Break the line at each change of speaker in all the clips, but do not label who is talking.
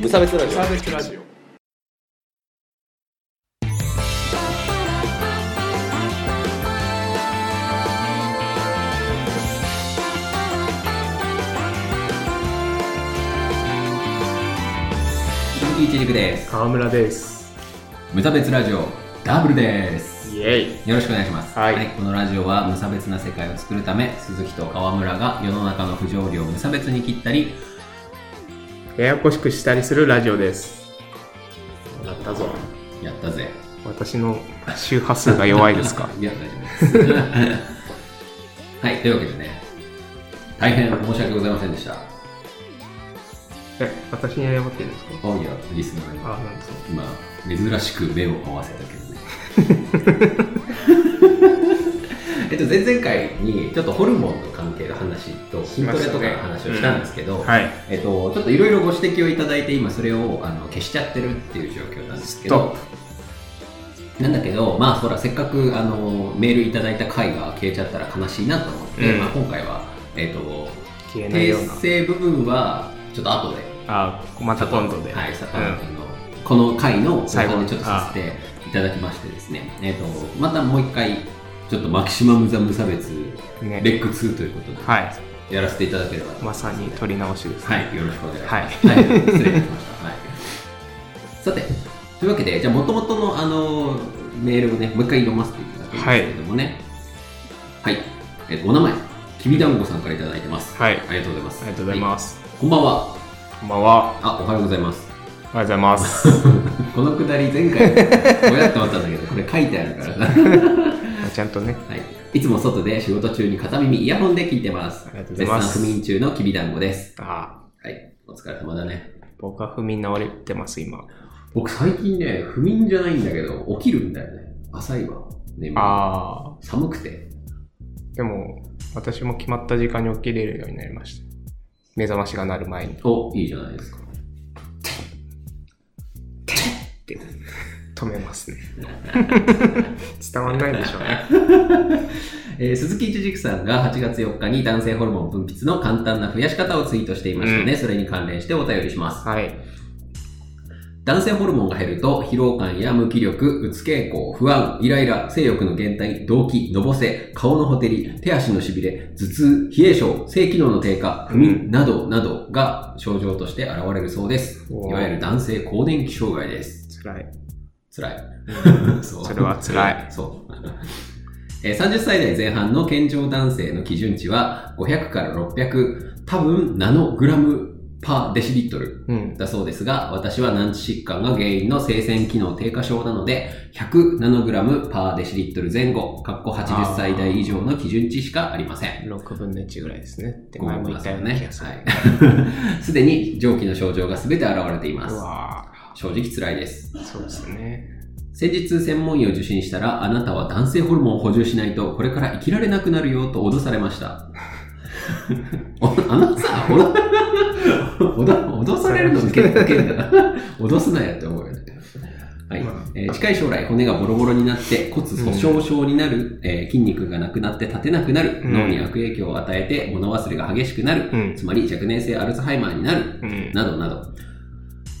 無差別ラジオ
サービスラジオ
鈴木一軸です
川村です
無差別ラジオダブルです
イエイ
よろしくお願いします、
はい
このラジオは無差別な世界を作るため鈴木と川村が世の中の不条理を無差別に切ったり
ややこしくしたりするラジオですやったぞ
やったぜ
私の周波数が弱いですか
いや大丈夫です はいというわけでね大変申し訳ございませんでした
え私に謝ってるんですか
青いやリスナーに
あなんですか
今珍しく目を合わせたけどね えっと前々回にちょっとホルモンの関係の話と筋トレとかの話をしたんですけど、
はい
えっと、ちょっといろいろご指摘をいただいて今それをあの消しちゃってるっていう状況なんですけどなんだけどまあほらせっかくあのメールいただいた回が消えちゃったら悲しいなと思って、
うん
まあ、今回は、えっと、
消えないよう
訂
な
正部分はちょっと後で
あまた今度で
はい、さ
う
あ
ん
のこの回の
最
最
後
後にちょっとさせていただきましてですね、えっとまたもう一回ちょっとマキシマム・ザ・無差別レ
ね
ック2ということ
はい
でやらせていただければと思います
まさに取り直しですね
はい、よろしくお願いします。はい、失礼いたしました。はい、さて、というわけで、じゃあ、もともとのあのメールをね、もう一回読ませていただくんですけれどもね、はい、えお名前、きびだんごさんからいただいてます。
はい
ありがとうございます。
ありがとうござい
は
ます、
こんばんは。
こんばんは
あ、おはようございます。
おはようございます
このくだり、前回、ぼやっと思ったんだけど、これ書いてある からな。は
ちゃんとね
い、いつも外で仕事中に片耳イヤホンで聞いてます。
ありがとうございます
絶賛不眠中のきびだんごです。
あ
はい、お疲れ様だね。
僕は不眠治れてます今
僕最近ね不眠じゃないんだけど起きるんだよね浅いわ眠い
あ
寒くて
あでも私も決まった時間に起きれるようになりました目覚ましが鳴る前に
おいいじゃないですか
止めます ね伝わんないでしょうね
えー鈴木一軸さんが8月4日に男性ホルモン分泌の簡単な増やし方をツイートしていましたね、それに関連してお便りします
はい
男性ホルモンが減ると疲労感や無気力、うつ傾向、不安、イライラ、性欲の減退、動悸、のぼせ、顔のほてり、手足のしびれ、頭痛、冷え症、性機能の低下、不
う
眠などなどが症状として現れるそうです。
おー
いわゆる男性更年期障害です。
辛い
辛い。 そう
それは辛い
そう。 えー30歳代前半の健常男性の基準値は500から600、多分ナノグラムパーデシリットル。
うん
だそうですが、私は難治疾患が原因の生鮮機能低下症なので、100ナノグラムパーデシリットル前後、かっこ80歳代以上の基準値しかありません。
6分の1ぐらいですねって
ごめ
前
ん
も言
な
っ
さ
たよ
いう
な気
ね
が。する、
はい。 すでに上記の症状が全て現れていま
う
す。
わ
正直辛いです。
ーそうですね
先日専門医を受診したら、あなたは男性ホルモンを補充しないと、これから生きられなくなるよと脅されました。 おあなたさ、おど脅脅されるの受け受けんだな。脅すなよって思うよね。はい
まあ
えー近い将来骨がボロボロになって骨粗鬆症になる、えー筋肉がなくなって立てなくなる、
うん
脳に悪影響を与えて物忘れが激しくなる、
うん
つまり若年性アルツハイマーになる、
うん
などなど、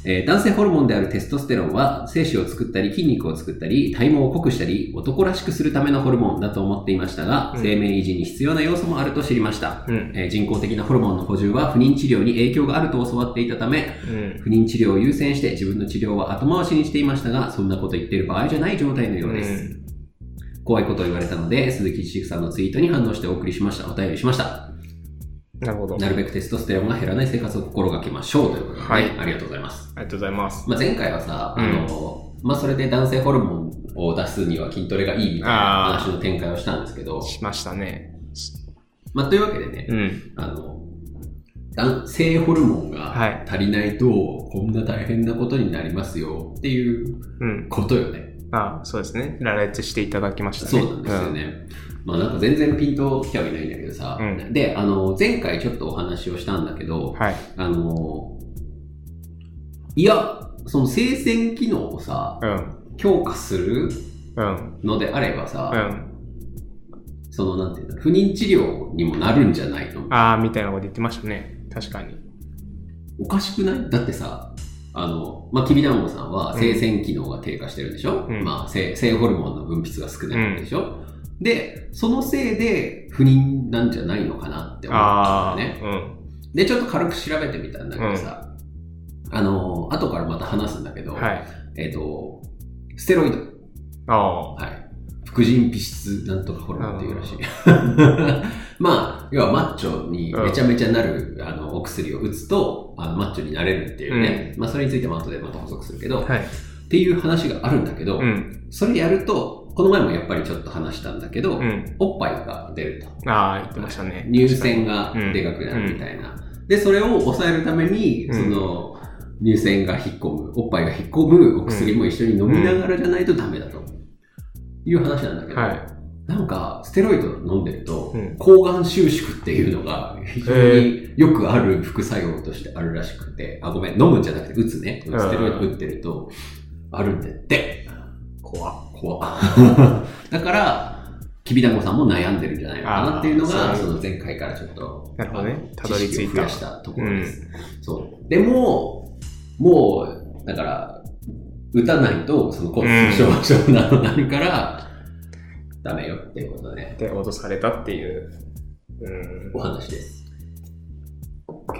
えー男性ホルモンであるテストステロンは精子を作ったり筋肉を作ったり体毛を濃くしたり男らしくするためのホルモンだと思っていましたが、
うん
生命維持に必要な要素もあると知りました、
うん
えー人工的なホルモンの補充は不妊治療に影響があると教わっていたため
うん
不妊治療を優先して自分の治療は後回しにしていましたがそんなこと言ってる場合じゃない状態のようです、
ん
怖いことを言われたので鈴木千尋さんのツイートに反応してお送りしましたお便りしました
なるほど
なるべ
く
くテストステロンが減らない生活を心がけましょうということでね、
はい
ありがとうございます
ありがとうございます
まあ、前回はさ、
うん
あのまあ、それで男性ホルモンを出すには筋トレがいいみたいな
あー
話の展開をしたんですけど、
しましたね
まあ、というわけでね、
うん
あの男性ホルモン
は
が
い
足りないとこんな大変なことになりますよっていう
うん
ことよね。
あそうですね羅列していただきましたね
そうなんですよね。まあ、なんか全然ピンときてはいないんだけどさ、
うん
であの前回ちょっとお話をしたんだけど、
うんはい
あのいやその生鮮機能をさ
うん
強化する
うん
のであればさ、
うん
そのなんていうんだろう不妊治療にもなるんじゃないの
ああみたいなこと言ってましたね確かに
おかしくないだってさあの、まあ、きびだんごさんは性腺機能が低下してるでしょ、
うん
まあ性、性ホルモンの分泌が少ないでしょ、で、そのせいで不妊なんじゃないのかなって思った
あ
ん
あ、
だよね。で、ちょっと軽く調べてみたんだけどさ、あの、後からまた話すんだけど、
うん。はい。
えっ、と、ステロイド。
あ
はい。副腎皮質なんとかホルモンっていうらしい。 まあ、要はマッチョにめちゃめちゃなる、あのお薬を打つとあのマッチョになれるっていうね、まあそれについても後でまた補足するけ
あ。
ど、
はい。
っていう話があるんだけど、
うん。
それやると、この前もやっぱりちょっと話したんだけど、
うん。
おっぱいが出ると。
ああ、言ってましたね。
乳腺がでかくなるみたいな。で、それを抑えるために、
うん
その、乳腺が引っ込む、おっぱいが引っ込むお薬も一緒に飲みながらじゃないとダメだと。いう話なんだけど、
は
なんか、ステロイド飲んでると、
うん
抗がん収縮っていうのが非常によくある副作用としてあるらしくて、あ、ごめん、飲むんじゃなくて打つね。
うん
ステロイド打ってると、あるんでって。
怖
怖 だから、きびだんごさんも悩んでるんじゃないのかなっていうのが、
あー
その前回からちょっと、
い。なるほどね。た
知
どり着
識を
い
増
た
や。したところです。そう。でも、もう、だから、打たないと、その骨粗鬆症などになるから、ダメよっていうことね。
で、脅されたっていう。うん
お。話です。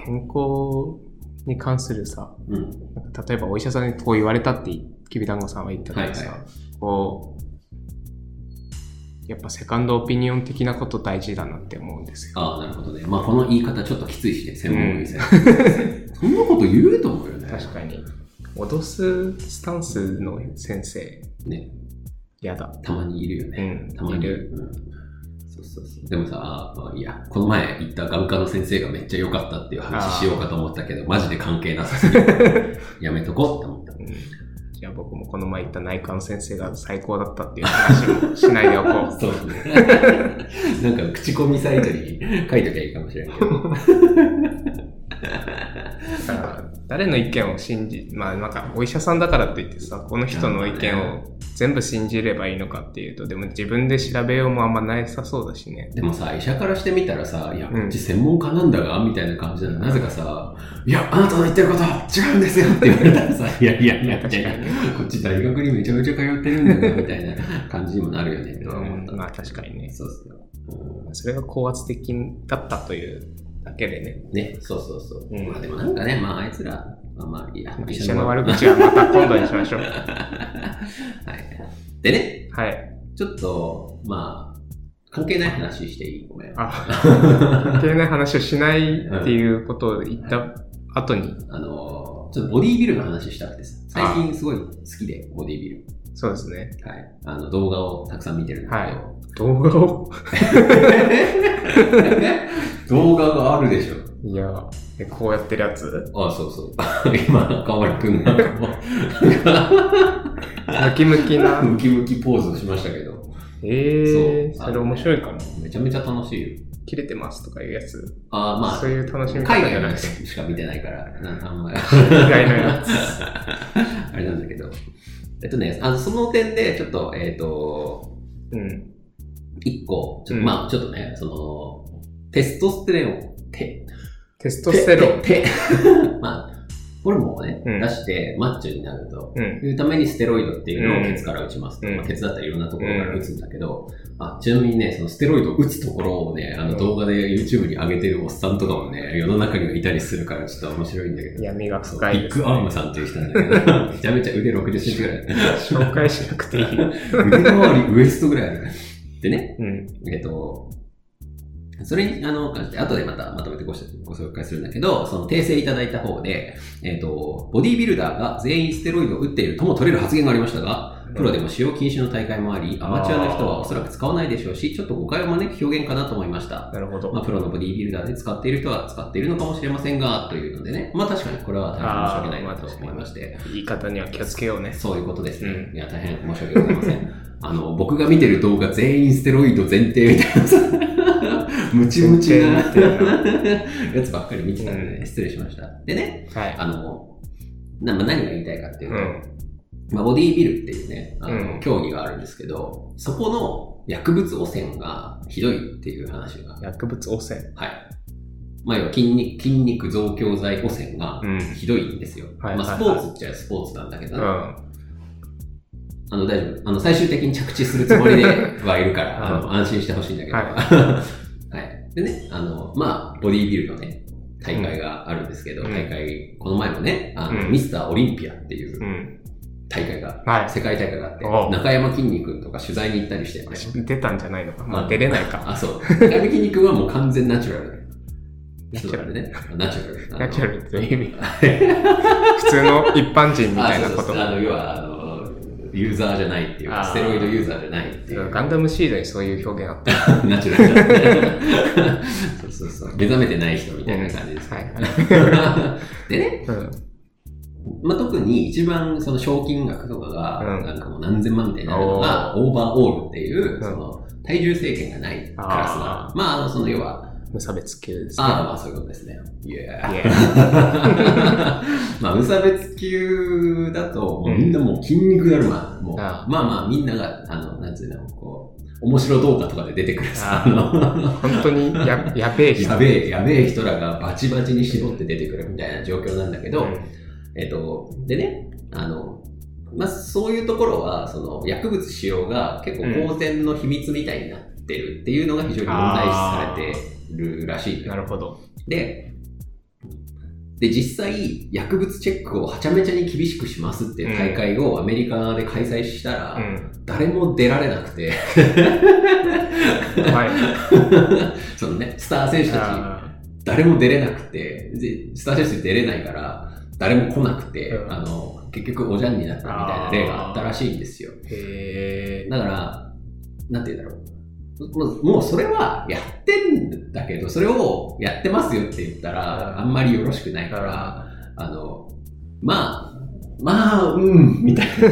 健康に関するさ、
うん。
なんか例えばお医者さんにこう言われたって、きびだんごさんは言ったからさ、
はい
こう、やっぱセカンドオピニオン的なこと大事だなって思うんですよ。
ああ、なるほどね。まあ、この言い方ちょっときついしね、専門医さん。 そんなこと言うと思うよね。
確かに。脅すスタンスの先生、
ね。
やだ。
たまにいるよ
う
ね。
ん、
たまにいる。うんそうそうそう。でもさ、あーまあ、いや、この前行った眼科の先生がめっちゃ良かったっていう話しようかと思ったけど、マジで関係なさす ぎる。やめとこうって思った。
うん。じゃあ僕もこの前行った内科の先生が最高だったっていう話もしないでおこ う。
そうね。なんか、口コミサイトに書いときゃいいかもしれないけど。
だから誰の意見を信じ、まあなんかお医者さんだからといってさ、この人の意見を全部信じればいいのかっていうと、でも自分で調べようもあんまないさそうだしね。
でもさ、医者からしてみたらさ、いや、
う
こ
ん
っち専門家なんだが、みたいな感じなの。なぜかさ、いや、あなたの言ってることは違うんですよって言われたらさ、 いやいやいや、
確かに
こっち大学にめちゃめちゃ通ってるんだよ、みたいな感じにもなるよ ね、とは思った。
まあ確かにね。
そうっすよ。
それが高圧的だったというだけでね。
ね、そうそうそう。
うん
まあでもなんかね、まああいつら、まあまあ、いや、
医者の悪口はまた今度にしましょう。
はい。でね、
はい。
ちょっと、まあ、関係ない話していいごめ ん。
あ、関係ない話をしないっていうことを言った後に、
あの、ちょっとボディービルの話したくてさ、最近すごい好きで、ボディービル。
そうですね。
はい。あの、動画をたくさん見てるんだけど。
動画を、
動画があるでしょ。
いや、えこうやってるやつ
あそう そう。今、かわりくんなん かもう、
ムキムキ な。
ムキムキポーズをしましたけど、
ええー、
そう
それ面白いかな。
めちゃめちゃ楽しいよ。
切れてますとかいうやつ。
あまあ
そう、いう楽しみ方じ
海外
ゃ
の
な
や
く
つ
て。
しか見てないから、なんかあん まり。
海外 のやつ。
あれなんだけど。えっとね、あのその点で、ちょっと、えっ、と、
うん。
一個、ちょっと
うん
まあ、ちょっとね、その、テストステレオ、テ、
テストス テロン。
テ、テまあ、ホルモンをね、
うん
出して、マッチョになると。
うん。
いうためにステロイドっていうの
う
を
ん
鉄から打ちますと、
うん
まあ、鉄だったらいろんなところから打つんだけど、あちなみにね、そのステロイドを打つところをね、あ
うん
の動画で YouTube に上げてるおっさんとかもね、世の中にはいたりするからちょっと面白いんだけど、
闇が深い
ビッ
です、
グアームさんっていう人なんだけど、めちゃめちゃ腕60センチぐらい。
紹介しなくていい。
腕周り、ウエストぐらいある。でね、
うん。
えっと、それに、あの、関して、後でまたまとめてごしご紹介するんだけど、その訂正いただいた方で、えっと、ボディービルダーが全員ステロイドを打っているとも取れる発言がありましたが、プロでも使用禁止の大会もあり、アマチュアの人はおそらく使わないでしょうし、ちょっと誤解を招く表現かなと思いました。
なるほど。
まあ、プロのボディービルダーで使っている人は使っているのかもしれませんが、というのでね、まあ確かにこれは大変申し訳ないなと思いまして、
言い方には気をつけようね。
そういうことですね。
うん
いや、大変申し訳ございません。 あの、僕が見てる動画全員ステロイド前提みたいなさ、 ムチムチな
前提みた
やつばっかり見てたんでね、
うん
失礼しました。でね、
はい。
あの、なまあ何が言いたいかっていう
う
と、
ん。
まあ、ボディービルっていうね、あの、
うん
競技があるんですけど、そこの薬物汚染がひどいっていう話が、
薬物汚染。
はい。まあ、要は筋肉、筋肉増強剤汚染が
うん。
ひどいんですよ。
はい
まあ、ス
はい
ポーツっちゃスポーツなんだけど、
うん。
あの、大丈夫。あの、最終的に着地するつもり ではいるから、あ
う
の、安心してほしいんだけど。
はい
はい。でね、あの、まあ、ボディービルのね、大会があるんですけど、
うん
大会、この前もね、あの、
うん。
ミスターオリンピアっていううん大会が、
は
世界大会があって
お、う
中山きんに君とか取材に行ったりしてました。
い。出たんじゃないのか。ま
う
あ
ん
出れないか。
あ、そう。中山きんに君はもう完全ナチュラル。
ナチュラル
ね。ナチュラル。あの
ナチュラルって意味。普通の一般人みたいなこ
あそう
と
そう。あの、要は、あの、ユーザーじゃないっていうか、
あー
ステロイドユーザーじゃないっていう。
ガンダムシードにそういう表現あった。
ナチュラルだね そうそうそう。目覚めてない人みたいな感じです。
はい。
でね、
うん。
まあ、特に一番その賞金額とかが、
うん
なんかもう何千万みたいなのが、オーバーオールっていう、
うん
その、体重制限がないクラスが、
あ
まあ、あの、その要は、
無差別級ですね。
ああ、まあそういうことですね。いや
いや
まあ、無差別級だと、もうみんなもう筋肉だるま、もう、
ああ
まあまあみんなが、あの、なんつうの、こう、面白動画とかで出てくるさ、
あ
あの、
本当にややべえ人。
やべえ、やべえ人らがバチバチに絞って出てくるみたいな状況なんだけど、えっと、でね、あの、まあ、そういうところは、その、薬物使用が結構公然の秘密みたいになってるっていうのが非常に問題視されてるらしい
うん
のよ
なるほど。
で、で、実際、薬物チェックをはちゃめちゃに厳しくしますっていう大会をアメリカで開催したら、
うん。
誰も出られなくて、
はい。
そのね、スター選手たち、
あ
誰も出れなくて、でスター選手出れないから、誰も来なくて、
うん
あの、結局おじゃんになったみたいな例があったらしいんですよ。
ーへえ。
だから、なんて言うんだろう。もうもうそれはやってんだけど、それをやってますよって言った
う
ら、
ん
あんまりよろしくないから、あの、まあ、まあ、うん、みたい な。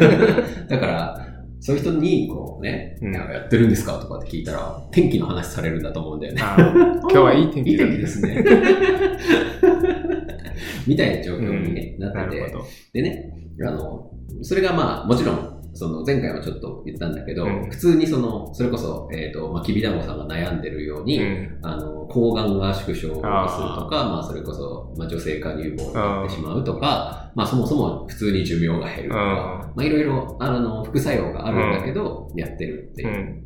だから、そういう人に、こうね、
うん
なんかやってるんですかとかって聞いたら、天気の話されるんだと思うんだよね。
あー今日はいい天
いい
気だ
天気です ね。みたいな状況に、ねな
な
ってて
る、ほど。
でね、あの、それがまあ、もちろん、その前回はちょっと言ったんだけど、
うん
普通にその、それこそ、えっ、と、まあ、きびだんごさんが悩んでるよう
う
に、
ん。
あの、抗がんが縮小するとか、
あ
まあ、それこそ、まあ、女性化乳房になってしまうとか、まあ、そもそも普通に寿命が減るとか、まあ、いろいろ、あの、副作用があるんだけど、やってるって
う
いう。
ん。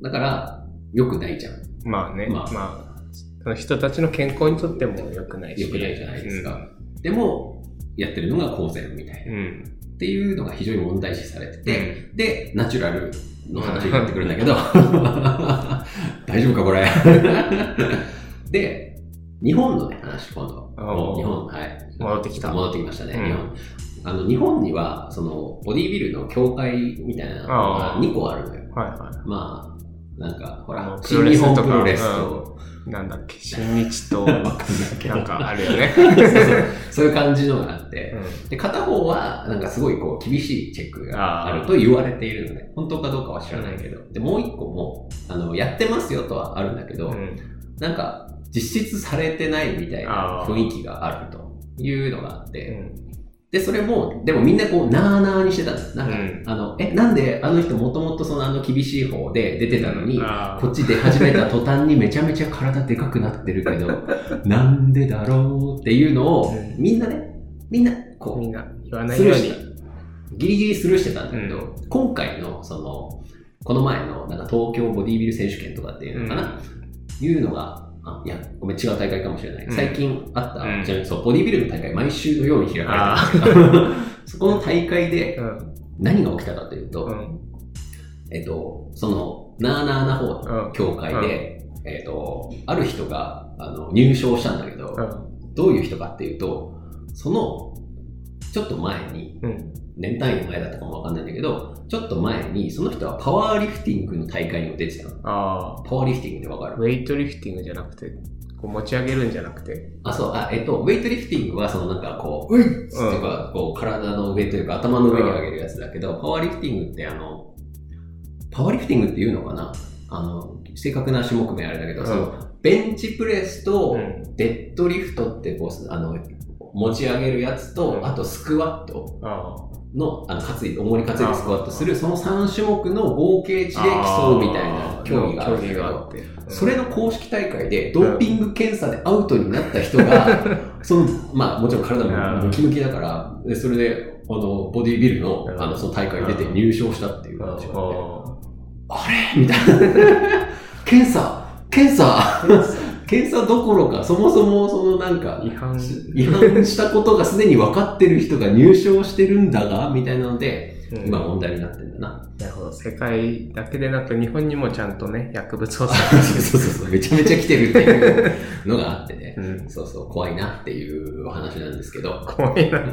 だから、良くないじゃん。
まあね。
ま
ま
あ
あ、その人たちの健康にとっても良くないし。
良くないじゃないですか。でも、やってるのが公然みたい
うん。
な。
う
っ
ん。
ていうのが非常に問題視されてて、
で、
で、ナチュラルの話になってくるんだけど、 大丈夫かこれ。 で、日本のね、話、今度。
おー
日本、はい。
戻ってきた
戻ってきましたね、
うん
日本。あの、日本には、その、ボディービルの協会みたいなのが
あー
2個あるのよ。
はいは
まあ、なんか、ほ
あ
ら
の、プ
新
ロレ
日
スと
本
か
プロレスと、
い。なんだっけ、新日 と、
わかんないけど
なんかあるよ ね。
そうそうそういう感じのがあって、
うん
で、片方は、なんかすごいこう、厳しいチェックが
あー
あると言われているので、本当かどうかは知らないけど。で、もう一個も、あの、やってますよとはあるんだけど、
うん。
なんか、実質されてないみたいな
あー
雰囲気があるというのがあっ
う
て、
ん
で、それも、でもみんなこう、なーなーにしてたんです。なんか、
うん
あの、え、なんであの人もともとそのあの厳しい方で出てたのに、
あ
こっち出始めた途端に めちゃめちゃ体でかくなってるけど、なんでだろうっていうのを
うん、
みんなね、みんな、こ
ー
う
みん、な言わない
スル
よ
ー
う
し
に。
てた。ギリギリスルーしてたんだけど、今回の、その、この前の、なんか東京ボディビル選手権とかっていうのかな、いうのが、あいや、ごめん、違う大会かもしれない。
うん
最近あった、
うん
じゃあそう、ボディビルの大会、毎週のように開かれてるんですけ ど、そこの大会で
うん。
何が起きたかというと、
うん。
えっと、その、なあなあな方、
うん。
協会で、えっと、ある人が、あの、入賞したんだけど、
うん
どういう人かっていうと、その、ちょっと前に、
うん。
年単位の前だったかもわかんないんだけど、ちょっと前に、その人はパワーリフティングの大会にも出てたの。
ああ。
パワーリフティングってわかる
ウェイトリフティングじゃなくて、こう持ち上げるんじゃなくて。
あ、そう、あ、えっと、ウェイトリフティングは、そのなんかこう、ういっとか、こう、体の上というか、頭の上に上げるやつだけど、パワーリフティングって、あの、パワーリフティングっていうのかなあの、正確な種目名あれだけど、
うん
その、ベンチプレスと
ん。
デッドリフトってこう、あの、持ち上げるやつと、
うん
あとスクワット。
ああ。
の、あの、担い、重り担いでスクワットする、その3種目の合計値で競うみたいな競技があるんだけ
競技が
ど
あ、って。
それの公式大会でドーピング検査でアウトになった人が、 その、まあもちろん体もムキムキだから、でそれで、あの、ボディービルの、
うん
あの、その大会に出て入賞したっていう話があっ
あ
て、 みたいな。 検査検査 検査どころか、そもそもそのなんか
あ、違反。
違反したことがすでに分かってる人が入賞してるんだが、みたいなので、
うん
今問題になってんだな。
なるほど。世界だけでなく、日本にもちゃんとね、薬物を
そうそうそう、めちゃめちゃ来てるっていうのがあってね。
うん。
そうそう、怖いなっていうお話なんですけど。
怖いなって。なる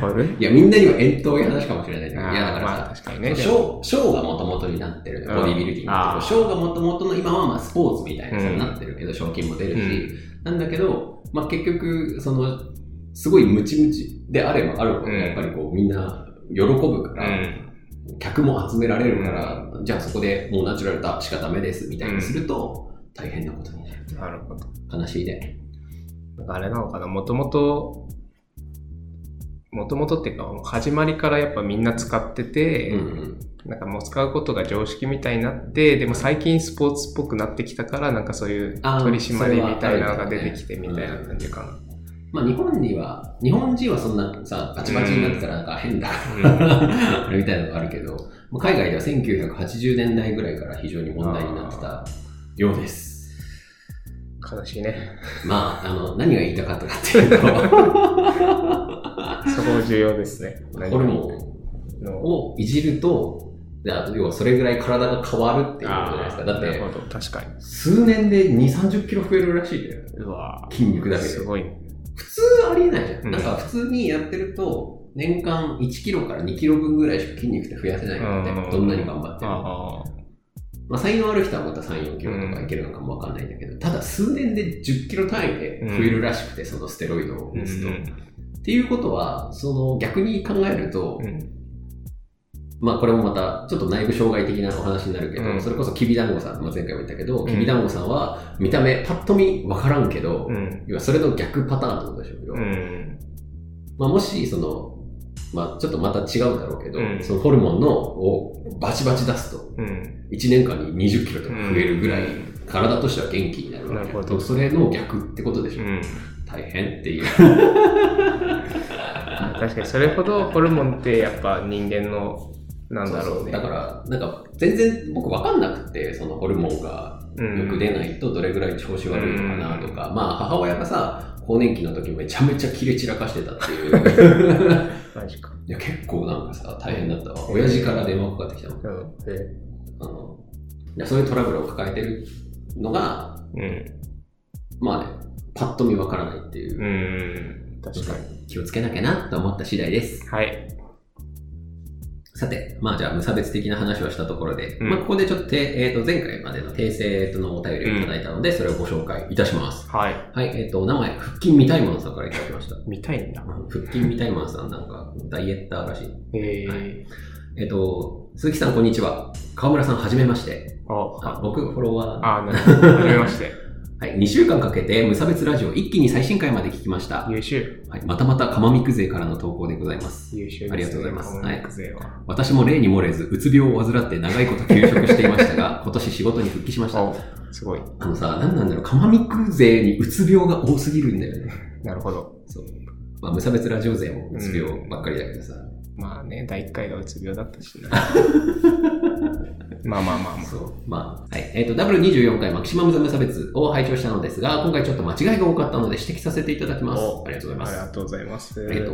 ほどね。
いや、みんなには遠遠い話かもしれないけど、いや、だか
まあ
ら
確かに
さ、
ね。
ショー、ショーが元々になってる、
うん
ボディビルディング
あー
ショーが元々の、今はまあスポーツみたいな
うん
になってるけど、賞金も出
う
るし、
ん
なんだけど、まあ結局、その、すごいムチムチであればあるほど、
うん
やっぱりこう、みんな喜ぶか
う
ら、
ん。
客も集められるから、じゃあそこでもうナチュラルだしかダメです、みたいにすると、大変なことになる。
なるほど。
悲しいね。
なんかあれなのかな、もともと、もともとっていうか、始まりからやっぱみんな使ってて、
うんうん。
なんかもう使うことが常識みたいになって、でも最近スポーツっぽくなってきたから、なんかそういう
あー
取り締まりみたいなのが出
それはあるよね
てきてみたいな感じかな。
まあ日本には、日本人はそんなさ、バチバチになってたらなんか変だ、
う ん
あれみたいなのがあるけど、まあ海外では1980年代ぐらいから非常に問題になってたようです。
悲しいね。
まあ、あの、何が言いたかったかっていう と、
そこ重要ですね。
ホルモン
の
をいじると、であと要はそれぐらい体が変わるっていうことじゃないですか。だっ
なる
て、
ほど、確かに。
数年で2、30キロ増えるらしいんだよ。
うわ。
筋肉だけです
ごいね。
普通ありえないじゃ
うん
ん。なんか普通にやってると、年間1キロから2キロ分ぐらいしか筋肉って増やせないので、
うん
どんなに頑張っても。
ああ。
まあ才能ある人はまた3、4キロとかいけるのかもわかんないんだけど、ただ数年で10キロ単位で増えるらしくて、そのステロイドを
う
打つと。っ
ん。
ていうことは、その逆に考えると、
うん
まあこれもまたちょっと内部障害的なお話になるけど、
うん
それこそきびだんごさん、まあ、前回も言ったけど、
ん
きびだんごさんは見た目パッと見わからんけど、
うん。
要はそれの逆パターンってことでしょ。要は
うん。
まあ、もしその、まあ、ちょっとまた違うだろうけど、
うん
そのホルモンのをバチバチ出すと
うん。
1年間に2 0キロとか増えるぐらい、
うん
体としては元気になるわけ
なるほど
とそれの逆ってことでし
う
ょ、
ん。
大変っていう
確かにそれほどホルモンってやっぱ人間のなんだろうね。
だからなんか全然僕分かんなくてそのホルモンが
うん、
よく出ないとどれぐらい調子悪いのかなとか、まあ母親がさ更年期の時めちゃめちゃ切れ散らかしてたって いう
マジか。
いや結構なんかさ大変だったわ親父から電話かかってきた
う
の
ん。え
あのいやそういうトラブルを抱えてるのが、
うん。
まあね、パッと見わからないっていう、
うん。確かに。
気をつけなきゃなと思った次第です。
はい。
さて、まあじゃあ無差別的な話をしたところで、
うん
まあここでちょっと,、えー、と前回までの訂正のお便りをいただいたので、それをご紹介いたします。
はい。
はい、えっ、と、お名前、腹筋見たいものさんからいただきました。
見たいんだ。
腹筋見たいものさんなんか、ダイエッターらしい。
えー。
えっ、と、鈴木さんこんにちは。川村さんはじめまして。あ
あ、
僕フォロワーなんで
あ、あなるほど。はじめま して。
はい、2週間かけて無差別ラジオ一気に最新回まで聞きました。
優秀。
はい、またまた鎌ミク勢からの投稿でございます。
優秀です、ね。
ありがとうございます
はい。勢は。
私も例に漏れず、うつ病を患って長いこと休職していまし たが、今年仕事に復帰しました。
おすごい。
あのさ、何なんだろう、鎌ミク勢にうつ病が多すぎるんだよね。
なるほど。
そう。まあ、無差別ラジオ勢もうつ病ばっかりだけどさ。
まあね、第一回がうつ病だった しね。まあまあまあまあ。
そう。まあ、はい。えっ、と、W24 回マキシマムザ無差別を拝聴したのですが、今回ちょっと間違いが多かったので指摘させていただきます。
お
ありがとうございま
あり
す。
がとうございます。
えっ、と、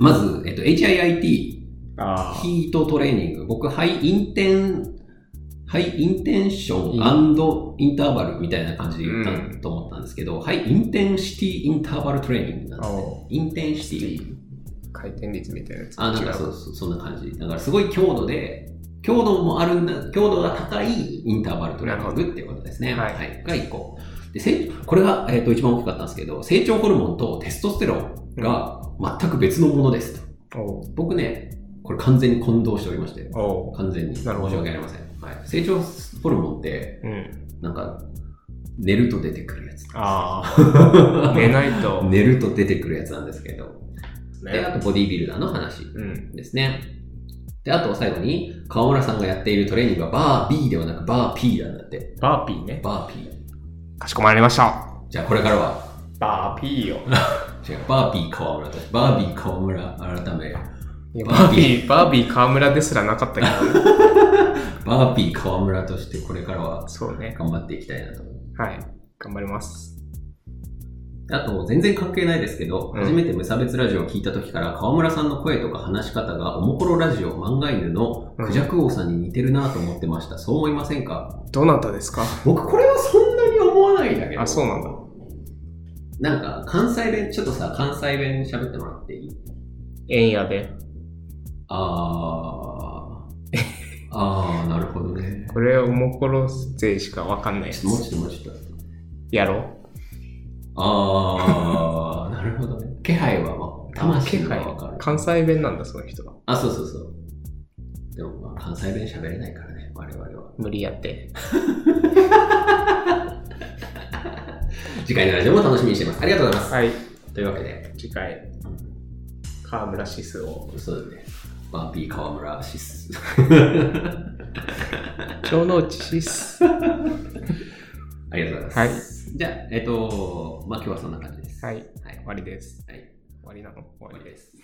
まず、えっ、と、HIIT
ああ。
ヒートトレーニング。僕、ハイインテン、ハイインテンショ
いい
ンインターバルみたいな感じで言った
うん
と思ったんですけど、ハイインテンシティインターバルトレーニングなんですね。
お
インテンシティ。
回転率みたいなやつ。。
あ、なんかそううそう、そんな感じ。だからすごい強度で、強度もあるんだ、強度が高いインターバルトレーニングっていうことですね。
なるほど
が1個。で、成これが、えっと一番大きかったんですけど、成長ホルモンとテストステロンが全く別のものですと。
おう
僕ね、これ完全に混同しておりまして、
おう
完全に申し
なるほど
訳ありません、はい、成長ホルモンって
うん。
なんか寝ると出てくるやつ
ああ。寝ないと。
寝ると出てくるやつなんですけど
です
で、あ
ね。
とボディービルダーの話
うん。
ですね。で、あと最後に、川村さんがやっているトレーニングはバー B ではなくバー P なんだって。
バーピーね。
バー P。
かしこまりました。
じゃあこれからは、
バーピーよ。
違う、バー P 川村と、バー B 川村改め、
いや
バ
バ
ー
ー
ビ
ビー、バービー河村ですらなかったけど、ね、
バー P 川村としてこれからは
そうね。
頑張っていきたいなと思う。
はい。頑張ります。
あと、全然関係ないですけど、
うん
初めて無差別ラジオを聞いた時から、川村さんの声とか話し方が、おもころラジオ漫画犬のクジャク王さんに似てるなと思ってました。そう思いませんか
どなたですか
僕、これはそんなに思わないんだけ
あ、そうなんだ。
なんか、関西弁、ちょっとさ、関西弁喋ってもらっていい
円やで。
あ ー。あー、なるほどね。
これ、おもころ勢しかわかんないやつ
も。うちょっともうちょっと。
やろ
あー、なるほど ね。気配は、まあ、魂がわかる。
関西弁なんだ、その人は。
あ、そうそうそう。でも、まあ、関西弁喋れないからね、我々は。
無理やって。
次回のラジオも楽しみにしてます。ありがとうございます。
はい。
というわけで、
次回、河村指数を。
そうだね。バーピー河村シス。
超能知指数。
ありがとうございます。はい。じゃあ、えっ、と、まあ、今日はそんな感じです。。
はいい。終
はい。
わりです。
はい
終わりなの終わ
終わ
り
り
で。
ですす。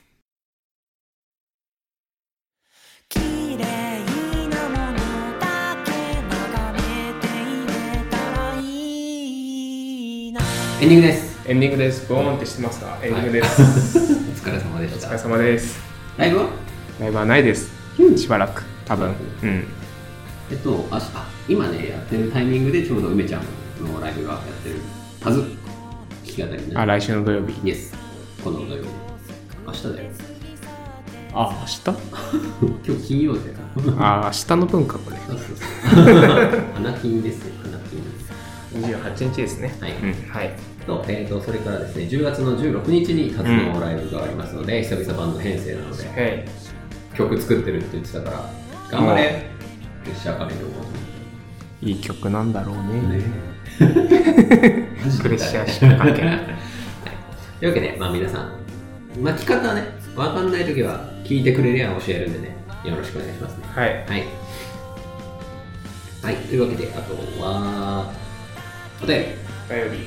綺麗なものだけ眺めていれたらいいな
エンディングです。
エンディングです。ボーンってしてますかエンディングです。
お疲れ様で
お
し
疲れ
た。
様です。
ライブは
ライブはないです。しばらく、多分。うん。
えっと、あしあ、今ね、やってるタイミングでちょうど梅ちゃんのライブがやってるはず。弾き語りね。
あ、来週の土曜日。
イエス。この土曜日。明日だよ。
あ、明日
今日金曜だよ。
あ、明日の文化これ。
そう そうそう。花金ですよ、花金。
28日ですね。
はい
うん、はい。
と、えーと、それからですね、10月の16日に活動ライブがありますので、久々バンド編成なので、
はい。
曲作ってるって言ってたから、頑張れプレッシャーかけておこう
い
と
い曲なんだろう
思っ
ね。
て。マジで
プレッシャーしかか けない。
というわけで、まあ皆さん、まあ聞き方はね、わかんないときは聞いてくれりゃ教えるんでね、よろしくお願いしますね。
はい。
はい。はい、というわけで、あとは、お便
土曜日。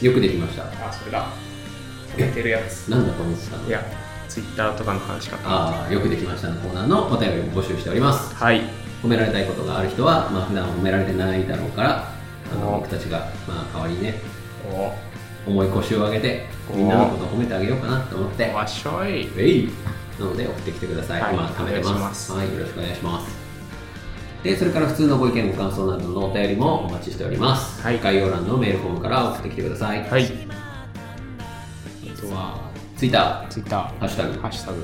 り、よくできました。
あ、それだ。やってるやつ。
なんだと思ってたの
いや、ツイッターとかの話かな。
あーよくできましたのコーナーのお便りも募集しております
はい。
褒められたいことがある人は、まあ普段褒められてないだろうからあの
お
僕たちが、まあ、代わりにね
お
重い腰を上げて
お
みんなのことを褒めてあげようかなと思って
おわっしょい。
えいなので送ってきてください、
はい
今貯めて
お願いし
ま
ますす
はいよろしくお願いしますでそれから普通のご意見ご感想などのお便りもお待ちしております、
はい
概要欄のメールフォームから送ってきてください、
はい。
あとは Twitter
ツイッター。
ハッシュタグ
ハッシュタグ。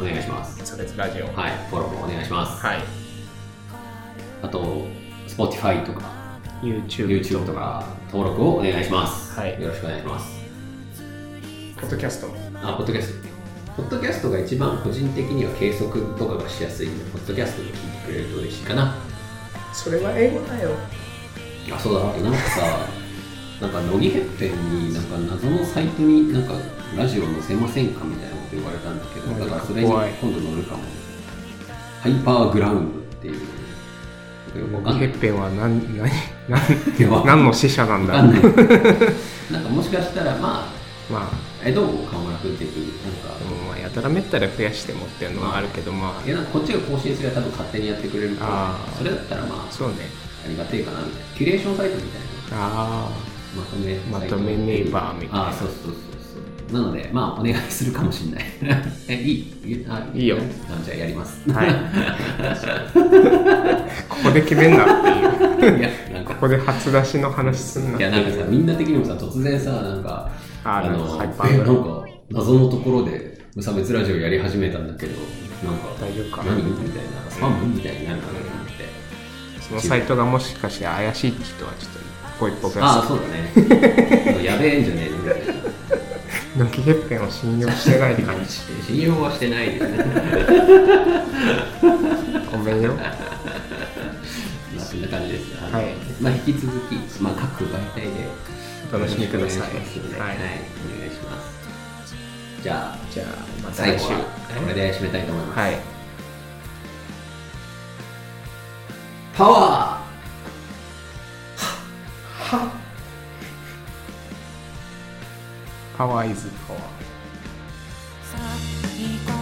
お願いします
無差別ラジオ。
はいフォローもお願いします、
はい。
あと、Spotify とか
YouTube
YouTube と。か登録をお願いします。
はい
よろしくお願いします。
ポッドキャストも。
あ、ポッドキャスト。ポッドキャストが一番個人的には計測とかがしやすいので、ポッドキャストで聞いてくれると嬉しいかな。
それは英語だよ。
あ、そうだ、あとなんかさ、なんか乃木ッペンになんか謎のサイトになんかラジオ載せませんかみたいなこと言われたんだけど、だからそれに
怖い
今度載るかも。ハイパーグラウンドっていう。よくわかんな
ヘ
い。
ッペンは何、何、
いやわ
何、何の使者なん
わか
だ
んない。なんかもしかしたら、まあ、
まあ。
えどうも河村君的になんか、
でもまあやたらめったら増やしてもっていうのはあるけどま
いやなんかこっちが更新すれば多分勝手にやってくれるから
あー
それだったらまあ
あそうね
ありがてえかなみたいなキュレーションサイトみたいな
あ
まとめ
まとめネイバーみたいな
あーそうそうそうそうなのでまあお願いするかもしれない えいいあ
いいよ
あじゃあやります
あはいここで決めんなっていう
いやなん
こ
か
こで初出しの話すん
い
な
やなんかさみんな的にもさ突然さなんか
あーなんかハイパー
えな
なん
か謎のところで無差別ラジオやり始めたんだけどなんか
大丈夫かな
何みたいなスパムみたいになるかなと思って、
そのサイトがもしかして怪しいって人はちょっと一歩一歩増や
ああそうだ ねやべえんじゃねえのみたいな
すのきへっぺんを信用してない感じ
信用はしてないですね
ごめんよ
まあそんな感じですは
はい
まあ引き続き、まあ、各媒体で
お楽しみください
お願しますのでは
はいい、
お願いしますじゃあ、
じゃあ、また
最
来
後
週。
はこれで締めたいと思います。
はい。
パワー
パワーイズパワー。
さあ行こう